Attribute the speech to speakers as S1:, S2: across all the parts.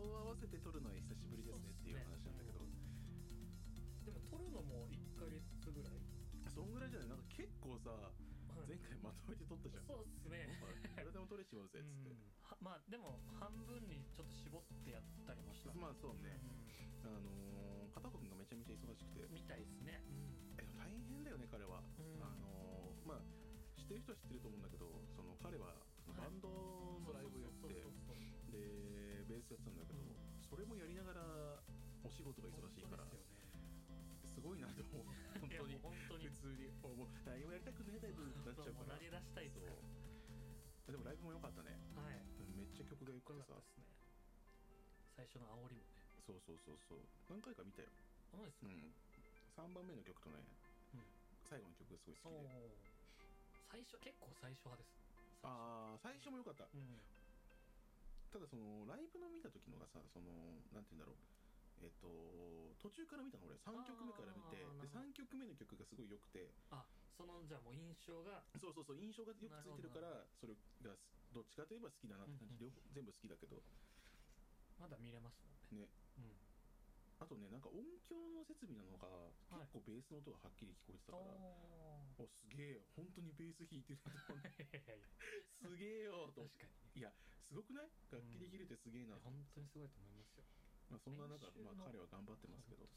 S1: 撮るの久しぶりですねっていう話なんだけど
S2: そうっでも撮るのも1ヶ月ぐらい、
S1: そんぐらいじゃないなんか結構さ
S2: はい
S1: 前回まとめて撮ったじゃん
S2: そうっすね
S1: はいいくらでも撮れちまうぜっつって
S2: うんはまあでも半分にちょっと絞ってやったりもした、
S1: まあそうね
S2: う
S1: あのー片岡君がめちゃめちゃ忙しくて
S2: んみたいですね、
S1: え大変だよね彼は、あのーまあ知ってる人は知ってると思うんだけどその彼はその
S2: はい
S1: バンドのライブやって
S2: そうそうそうそう
S1: でベースやってたんだけど、
S2: う
S1: それもやりながらお仕事が忙しいから
S2: 本当
S1: す,、
S2: ですよね
S1: ごいなと思う 本
S2: いや
S1: 当
S2: もう本
S1: に
S2: 当に
S1: 普通におもう何もやりたくねえだよってなっちゃう
S2: も
S1: か
S2: う
S1: ら
S2: 投げ出したいです
S1: そう
S2: ね
S1: でもライブも良かったね
S2: はい
S1: めっちゃ曲が良
S2: こ
S1: く
S2: れ
S1: て
S2: だった
S1: さ
S2: ですね最初の煽りもね
S1: そうそうそうそう何回か見たよ、
S2: あそうです
S1: う
S2: ね、
S1: ん、3番目の曲とね
S2: うん
S1: 最後の曲がすごい好き
S2: お
S1: で
S2: ー最初結構最初派です最初
S1: ああ最初も良かった
S2: うん
S1: ただそのライブの見た時のがさそのなんて言うんだろうえっと途中から見たの俺3曲目から見てで
S2: あーなるほど
S1: 3曲目の曲がすごい良くて
S2: あそのじゃあもう印象が
S1: そうそうそう印象がよくついてるか
S2: な
S1: らそれがすどっちかといえば好きだなって感じ、
S2: うんうん
S1: 両方全部好きだけど
S2: まだ見れますもんね
S1: ね
S2: うん
S1: あとねなんか音響の設備なのが
S2: い
S1: 結構ベースの音がはっきり聞こえてたか
S2: お
S1: ら、おすげえ本当にベース弾いてると 思って
S2: ー
S1: すげえよと
S2: 確かに
S1: いやすごくない楽器できるってすげえな、
S2: 本当にすごいと思いますよ
S1: まあ、そんな中
S2: 練習、の
S1: まあ、彼は頑張ってますけど
S2: 本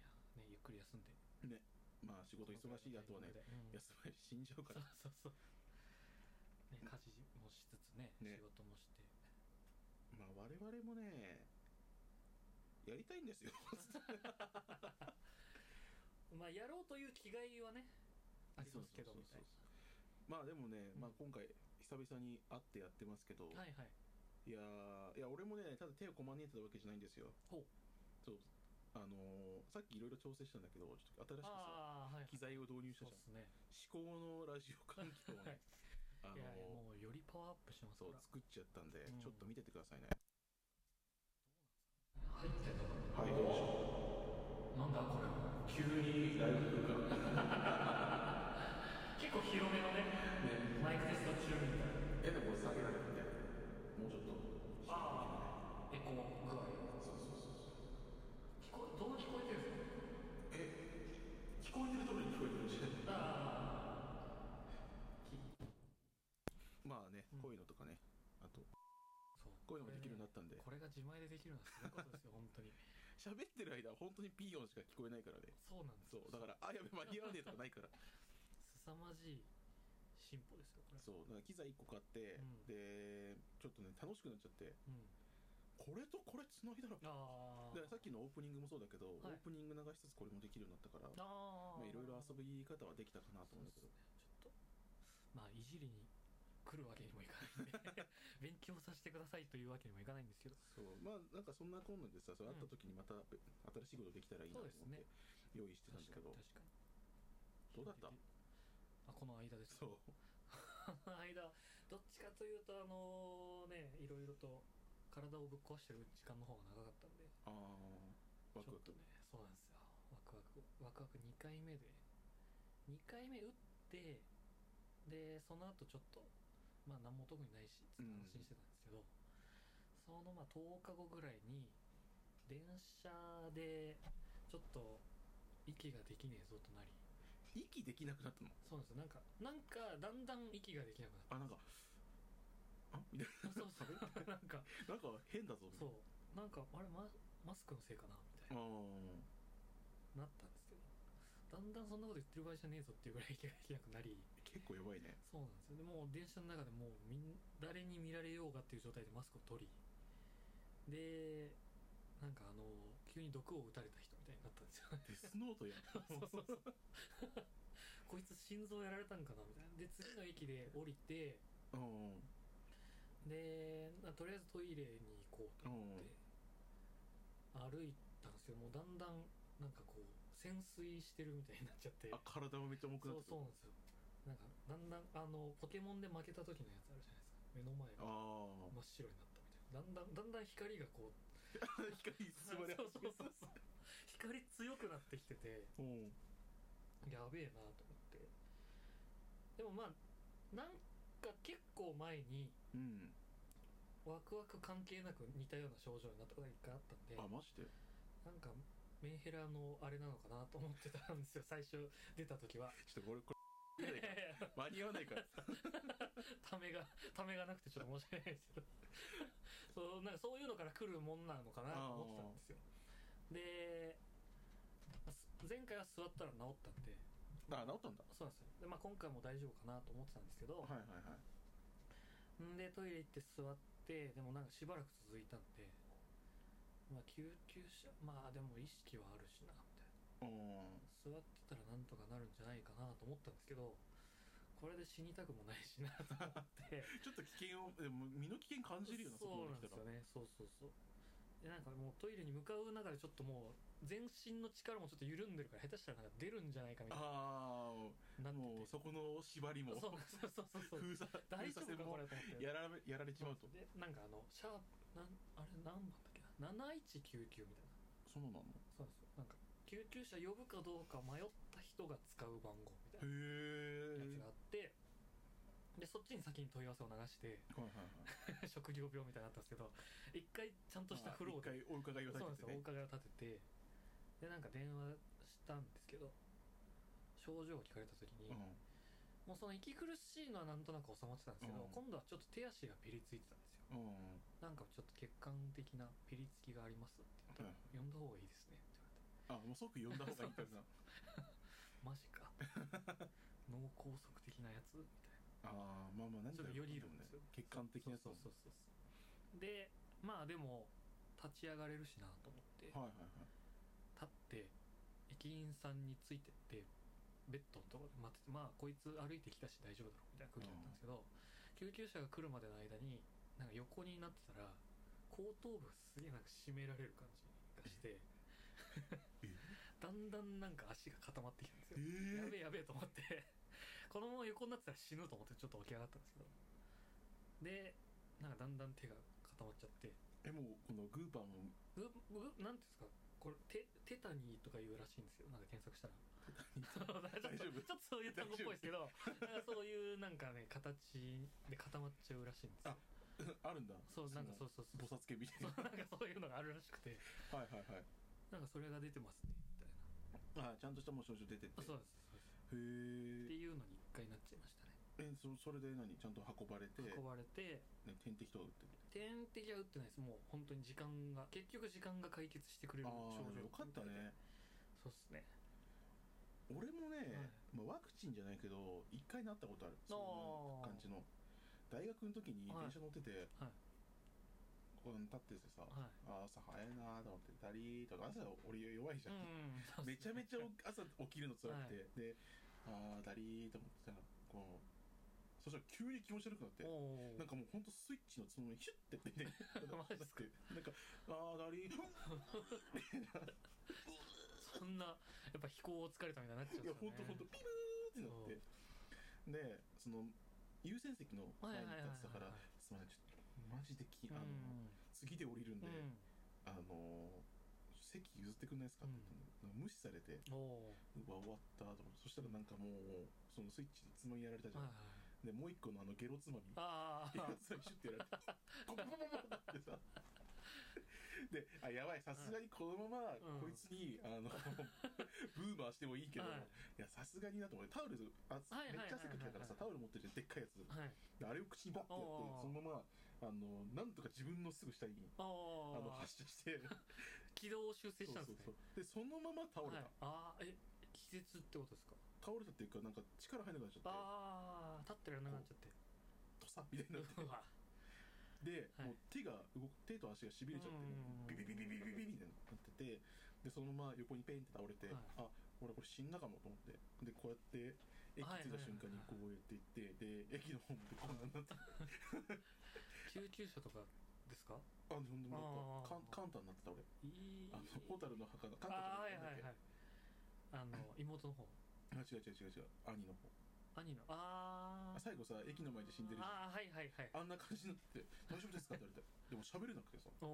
S2: 当そういやねゆっくり休んで
S1: ねまあ仕事忙しいあとはね
S2: うん
S1: 休まれ死んじゃうから
S2: そうそうそう、ね、家事もしつつね
S1: ね
S2: 仕事もして
S1: まあ我々もねやりたいんですよ
S2: まあやろうという気概はね ありますけど
S1: そう
S2: み
S1: そ
S2: た
S1: うそう
S2: い
S1: まあでもね、
S2: うん
S1: まあ、今回久々に会ってやってますけど、
S2: なはいはい
S1: いやーいや俺もねただ手をこまねえてたわけじゃないんですよ
S2: ほう
S1: そうあのーさっきいろいろ調整したんだけどちょっと新しくさ
S2: ああはい
S1: 機材を導入した
S2: そう
S1: じ
S2: っす
S1: ゃん
S2: ね
S1: 思考のラジオ環境をねあの
S2: いやいや
S1: ー
S2: もうよりパワーアップします
S1: そ
S2: か
S1: う
S2: ら
S1: 作っちゃったんで、
S2: うん
S1: ちょっと見ててくださいね
S2: 入ってたの
S1: はいどうぞ
S2: なんだこれ
S1: 急にライブ空間
S2: 結構広めのねマイクテスト中みたいな
S1: えでも下げられるんでもうちょっと
S2: エコー具合そうそうそう聞こえどう聞こえてるんですか
S1: 聞こえてるところに聞こえてるしまあねこういうのとかね、あと
S2: そう
S1: こういうのもできるようになったんで
S2: これが自前でできるのはすごいことですよ本当に
S1: 喋ってる間本当にピー音しか聞こえないからね
S2: そうなんです
S1: そ
S2: よ
S1: うだからあやべ間に合わねえとかないから
S2: 凄まじい進歩ですよこれ
S1: そうだから機材1個買って、
S2: うん
S1: でちょっとね楽しくなっちゃって
S2: うん
S1: これとこれつないだらだ
S2: あ
S1: からさっきのオープニングもそうだけど、
S2: はい
S1: オープニング流しつつこれもできるようになったから
S2: ああ
S1: まあいろいろ
S2: ぶ
S1: 遊び方はできたかなと思うんだけ
S2: ちょ
S1: ど
S2: っとまあいじりに来るわけにもいかないんで勉強させてくださいというわけにもいかないんですけど
S1: そうまあなんかそんなこんなでさそれ会った時にまたべ新しいことできたらいいなと思っ
S2: そうで
S1: て
S2: すね
S1: 用意してたん
S2: 確か
S1: だけど
S2: に確かに
S1: どうだった
S2: あこの間です か
S1: そう
S2: この間どっちかというとあのねいろいろと体をぶっ壊してる時間の方が長かったんで
S1: ああワクワ
S2: ちょっと
S1: ク
S2: ねそうなんですよワクワクワクワク2回目で2回目打ってでその後ちょっとまあ何も特にないしつって話にしてたんですけど、そのまあ10日後ぐらいに電車でちょっと息ができねえぞとなり
S1: 息できなくなったの
S2: そうなんですよなんかなんかだんだん息ができなくなっ
S1: あなんかあみたい
S2: た そうそうなんか
S1: な なんか変だぞみたいな
S2: そうなんかあれママスクのせいかなみたいな
S1: あー
S2: なったんですけどだんだんそんなこと言ってる場合じゃねえぞっていうぐらい息ができなくなり
S1: 結構やばいね
S2: そうなんですよでもう電車の中でもうみん誰に見られようがっていう状態でマスクを取りでなんかあの急に毒を打たれた人みたいになったんですよね
S1: デスノートやん
S2: そうそうそ う こいつ心臓やられたんかなみたいなで次の駅で降りて
S1: うんうん
S2: でなとりあえずトイレに行こうと思って歩いたんですけどもうだんだんなんかこう潜水してるみたいになっちゃって
S1: あ体もめっちゃ重くな
S2: そ
S1: っ
S2: う
S1: て
S2: そうなんですよなんかだんだんあのポケモンで負けた時のやつあるじゃないですか目の前
S1: あ
S2: が
S1: あ
S2: 真っ白になったみたいなだんだんだんだん光が こう
S1: 光に包まれ
S2: そう
S1: 始
S2: そ
S1: め
S2: う
S1: た
S2: そうそう光強くなってきてて
S1: うん
S2: やべえなと思ってでもまあなんか結構前に
S1: うん
S2: ワクワク関係なく似たような症状になったことが一回あったんで
S1: あマジで
S2: なんかメンヘラのあれなのかなと思ってたんですよ最初出た時 は
S1: ちょっとこれこれ間に合わないから間に合わないから
S2: ためが ためがなくてちょっと申し訳ないですけど そうなんかそういうのから来るもんなのかなと思ってたんですよです前回は座ったら治ったんで
S1: あ治ったんだ
S2: そうなんですよで、まあ、今回も大丈夫かなと思ってたんですけど、
S1: はいはいはい
S2: んでトイレ行って座ってでもなんかしばらく続いたんでまあ救急車まあでも意識はあるしなみたいな
S1: うん
S2: 座ってたらなんとかなるんじゃないかなと思ったんですけどこれで死にたくもないしなと思って
S1: ちょっと危険をでも身の危険感じるような
S2: そうなん
S1: まで
S2: ですよねそうそうそうでなんかもうトイレに向かう中でちょっともう全身の力もちょっと緩んでるから下手したらなんか出るんじゃないかみたい
S1: あ
S2: なな
S1: あ
S2: って
S1: もう
S2: て
S1: そこの縛りも
S2: そうそうそうそうそう
S1: 封鎖
S2: 大
S1: 封
S2: 丈夫
S1: 鎖線
S2: かこ
S1: も
S2: れと思って
S1: やられやられちまうと
S2: でなんかあのシャープなんあれ何番だっけな7199みたいな
S1: そうなの
S2: そうですよなんか救急車呼ぶかどうか迷った人が使う番号みたいなや
S1: へ
S2: つ
S1: え
S2: があってでそっちに先に問い合わせを流して
S1: はいはいはい
S2: 職業病みたいになったんですけど一回ちゃんとしたフロー
S1: まあ
S2: で
S1: 一回お伺いを
S2: そうなんです
S1: 立て
S2: よお伺いを立ててで
S1: てね
S2: なんか電話したんですけど症状を聞かれた時に、
S1: うん
S2: もうその息苦しいのはなんとなく収まってたんですけど、
S1: うん
S2: 今度はちょっと手足がピリついてたんですよ
S1: うん
S2: なんかちょっと血管的なピリつきがありますって言ったら、呼んだ方がいいですねって言われて
S1: あもう即呼んだ方がいいかな
S2: マジか 脳梗塞的なやつみたいな
S1: ああまあまあ何
S2: ちょっとよりいるんですよ
S1: 血管的なやつ
S2: そうそうそうそうでまあでも立ち上がれるしなと思って立
S1: はいはいはい
S2: って駅員さんについてってベッドのところで待っててまあこいつ歩いてきたし大丈夫だろうみたいな空気だったんですけど、救急車が来るまでの間になんか横になってたら後頭部がすげえなんか締められる感じがしてだんだんなんか足が固まってきたんですよやべえ
S1: え
S2: やべえと思って、このまま横になってたら死ぬと思ってちょっと起き上がったんですけど。で、なんかだんだん手が固まっちゃって、
S1: えもうこのグーパーも
S2: う、う、なんていうんですか、これ、テ、テタニーとか言うらしいんですよ。なんか検索したら。
S1: ー
S2: そうちょっとちょっと そう
S1: 大丈夫
S2: いう単語っぽいですけど、なんかそういうなんかね、形で固まっちゃうらしいんですよ
S1: あ。あるんだ
S2: そう、なんかそううそうそう。
S1: 菩薩系みたい
S2: そ
S1: な
S2: うなんかそういうのがあるらしくて、
S1: はいはいはい
S2: なんかそれが出てますね、みたいな。
S1: あちゃんとしたもう症状出てて
S2: あ
S1: へ
S2: そうです。そうですって
S1: え
S2: いうのに一回なっちゃいましたね。
S1: えそそれで何ちゃんと運ばれて、ね
S2: 運、ばれて、
S1: 点滴とか打って
S2: 点滴は打ってないですもう本当に時間が結局時間が解決してくれる
S1: ああ
S2: 症状
S1: よかったね
S2: そうっすね
S1: 俺もね、
S2: はい
S1: まあ、ワクチンじゃないけど一回なったことあるそんな感じの大学の時に
S2: はい
S1: 電車乗ってて、
S2: はい
S1: ここに立っててさ、
S2: はい
S1: あ朝早いなと思ってたりとか朝俺弱いじ
S2: う
S1: ゃん、
S2: んそうっすね
S1: めちゃめちゃ朝起きるの辛くて、であーだりーと思ってさこうそしたら急に気持ち悪くなって
S2: おお
S1: なんかもうほんとスイッチのそのヒュッて出てなん
S2: マジっすか
S1: なんかあーだりー
S2: そんなやっぱ飛行疲れたみたいになっちゃうんで
S1: いや
S2: す
S1: ほ
S2: よ
S1: んとほんと
S2: ね
S1: ピルーってなってでその優先席の前に立ってたから
S2: はいはいはいはいはい
S1: 「すみませんちょっとマジでき
S2: う
S1: あの、
S2: ん
S1: 次で降りるんで、
S2: うん
S1: あの席譲ってくんないですか?」って言ったの無視されて
S2: おお
S1: うわ終わったと思ってそしたらなんかもうそのスイッチでつまみやられたじゃ
S2: はい
S1: ん、
S2: はい
S1: でもう一個のあのゲロつまみ
S2: あ
S1: いや
S2: あ
S1: それシュッてやられて、ボボボボボっ てさ。で、あ、やばい、さすがにこのま
S2: う
S1: ま、
S2: ん
S1: こいつに、あ の、ブーマーしてもいいけど、
S2: はい
S1: い、や、さすがになと思って、タオル、あ
S2: はいはいはいはい
S1: めっちゃ汗かきだからさ、タオル持ってるじゃんでっかいやつ。
S2: はい
S1: であれを口にバッてやって、
S2: おー
S1: そのまま、あの、なんとか自分のすぐ下に、
S2: お
S1: あの、
S2: お
S1: 発射して、
S2: 軌道を修正したんですね
S1: そうそうそうで、そのまま倒れ
S2: はい
S1: た。
S2: ああえ気絶ってことですか
S1: 倒れたっていうか、なんか力入らなくなっちゃって、
S2: ああ立ってられなくなっちゃって
S1: とさ、みたいになって
S2: う。わ
S1: で、
S2: はい
S1: もう手が動く手と足がしびれちゃって
S2: うん
S1: ビビビビビビビビみたいになっててでそのまま横にペンって倒れて、
S2: はい
S1: あ俺これ死んだかもと思ってでこうやって駅
S2: はい
S1: 着いた瞬間にこうやって行ってで駅のホームでこんなんなって
S2: 救急車とかですか
S1: あでほんとなんか
S2: あー
S1: カンカンタになってた俺
S2: いい
S1: あのホタルの墓のカン
S2: ああ
S1: タ
S2: はい
S1: じゃ
S2: は
S1: ない
S2: い
S1: んだ
S2: はい
S1: っ
S2: あの妹の方
S1: けあ違う違う違う違う兄の方
S2: 兄のあ
S1: あ
S2: あ
S1: 最後さ駅の前で死んでるじゃん
S2: ああはいはいはい
S1: あんな感じになって大丈夫ですかって言われてでも喋れなくてさ
S2: お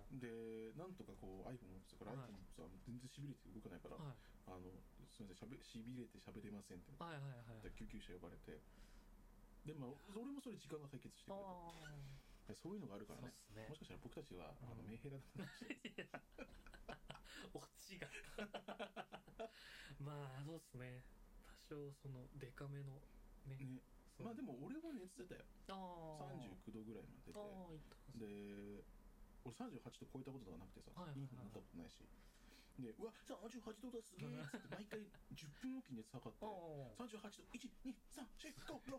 S2: お
S1: でなんとかこう iPhone 持ってたから
S2: はい
S1: iPhone さ全然しびれて動かないから
S2: ーはい
S1: あの、すみません、しゃべ、しびれて喋れませんって。
S2: はいはいはい
S1: 救急車呼ばれて。で、まあ、俺もそれ時間が解決して
S2: あ
S1: くれた。
S2: あ
S1: ねそういうのがあるから
S2: そうっ
S1: ね
S2: すね
S1: もしかしたら僕たちは、あ
S2: う
S1: の
S2: ん
S1: メンヘラだ ったかもしれない
S2: オチがまあそうっすね多少そのデカめのね
S1: ね
S2: そう
S1: まあでも俺は熱出たよ
S2: あー
S1: 39度ぐらいまで出
S2: ああ
S1: て
S2: いったんすね
S1: で俺38度超えたことがなくてさ、
S2: はいはいはい
S1: いいになったことないしでうわ38度だすげえっつって毎回10分おきに熱測って
S2: あ
S1: 38度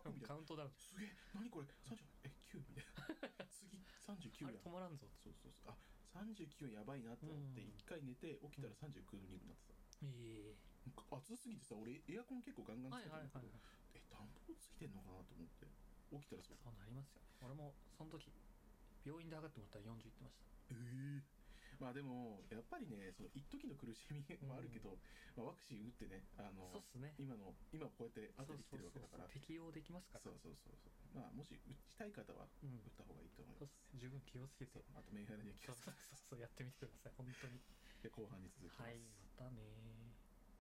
S1: 12345
S2: あ
S1: み
S2: カ
S1: たいな
S2: ウントダウン
S1: すげえ何これ38え9みたいな次
S2: あ
S1: 39
S2: れ
S1: や
S2: 止まらんぞ
S1: そうそうそうあ39やばいなと思って
S2: うん
S1: 一回寝て起きたら39度2分になってた
S2: え
S1: なんか暑すぎてさ俺エアコン結構ガン
S2: え
S1: ガ
S2: は
S1: ンつ
S2: い
S1: けて
S2: はいはい
S1: るんだ
S2: はい
S1: けどえ暖房ついてんのかなと思って起きたらそう
S2: そうなりますよね俺もその時病院で測ってもらったら40いってまし
S1: ええまあでもやっぱりねその一時の苦しみもあるけど、まあ、ワクチン打ってね
S2: た
S1: あの
S2: そうっすね
S1: 今の今こうやって後できてるわけだから
S2: そうそうそうそう適用できますから
S1: そうそうそうそうまあもし打ちたい方は
S2: うん
S1: 打った方がいいと思い
S2: そうっ
S1: ま
S2: す
S1: す
S2: ね十分気をつけ
S1: そ
S2: て
S1: うあとメンヘラには気
S2: そう
S1: をつ
S2: そうそうそうやってみてください本当に
S1: けて後半に続きま
S2: は
S1: す、
S2: いまたねー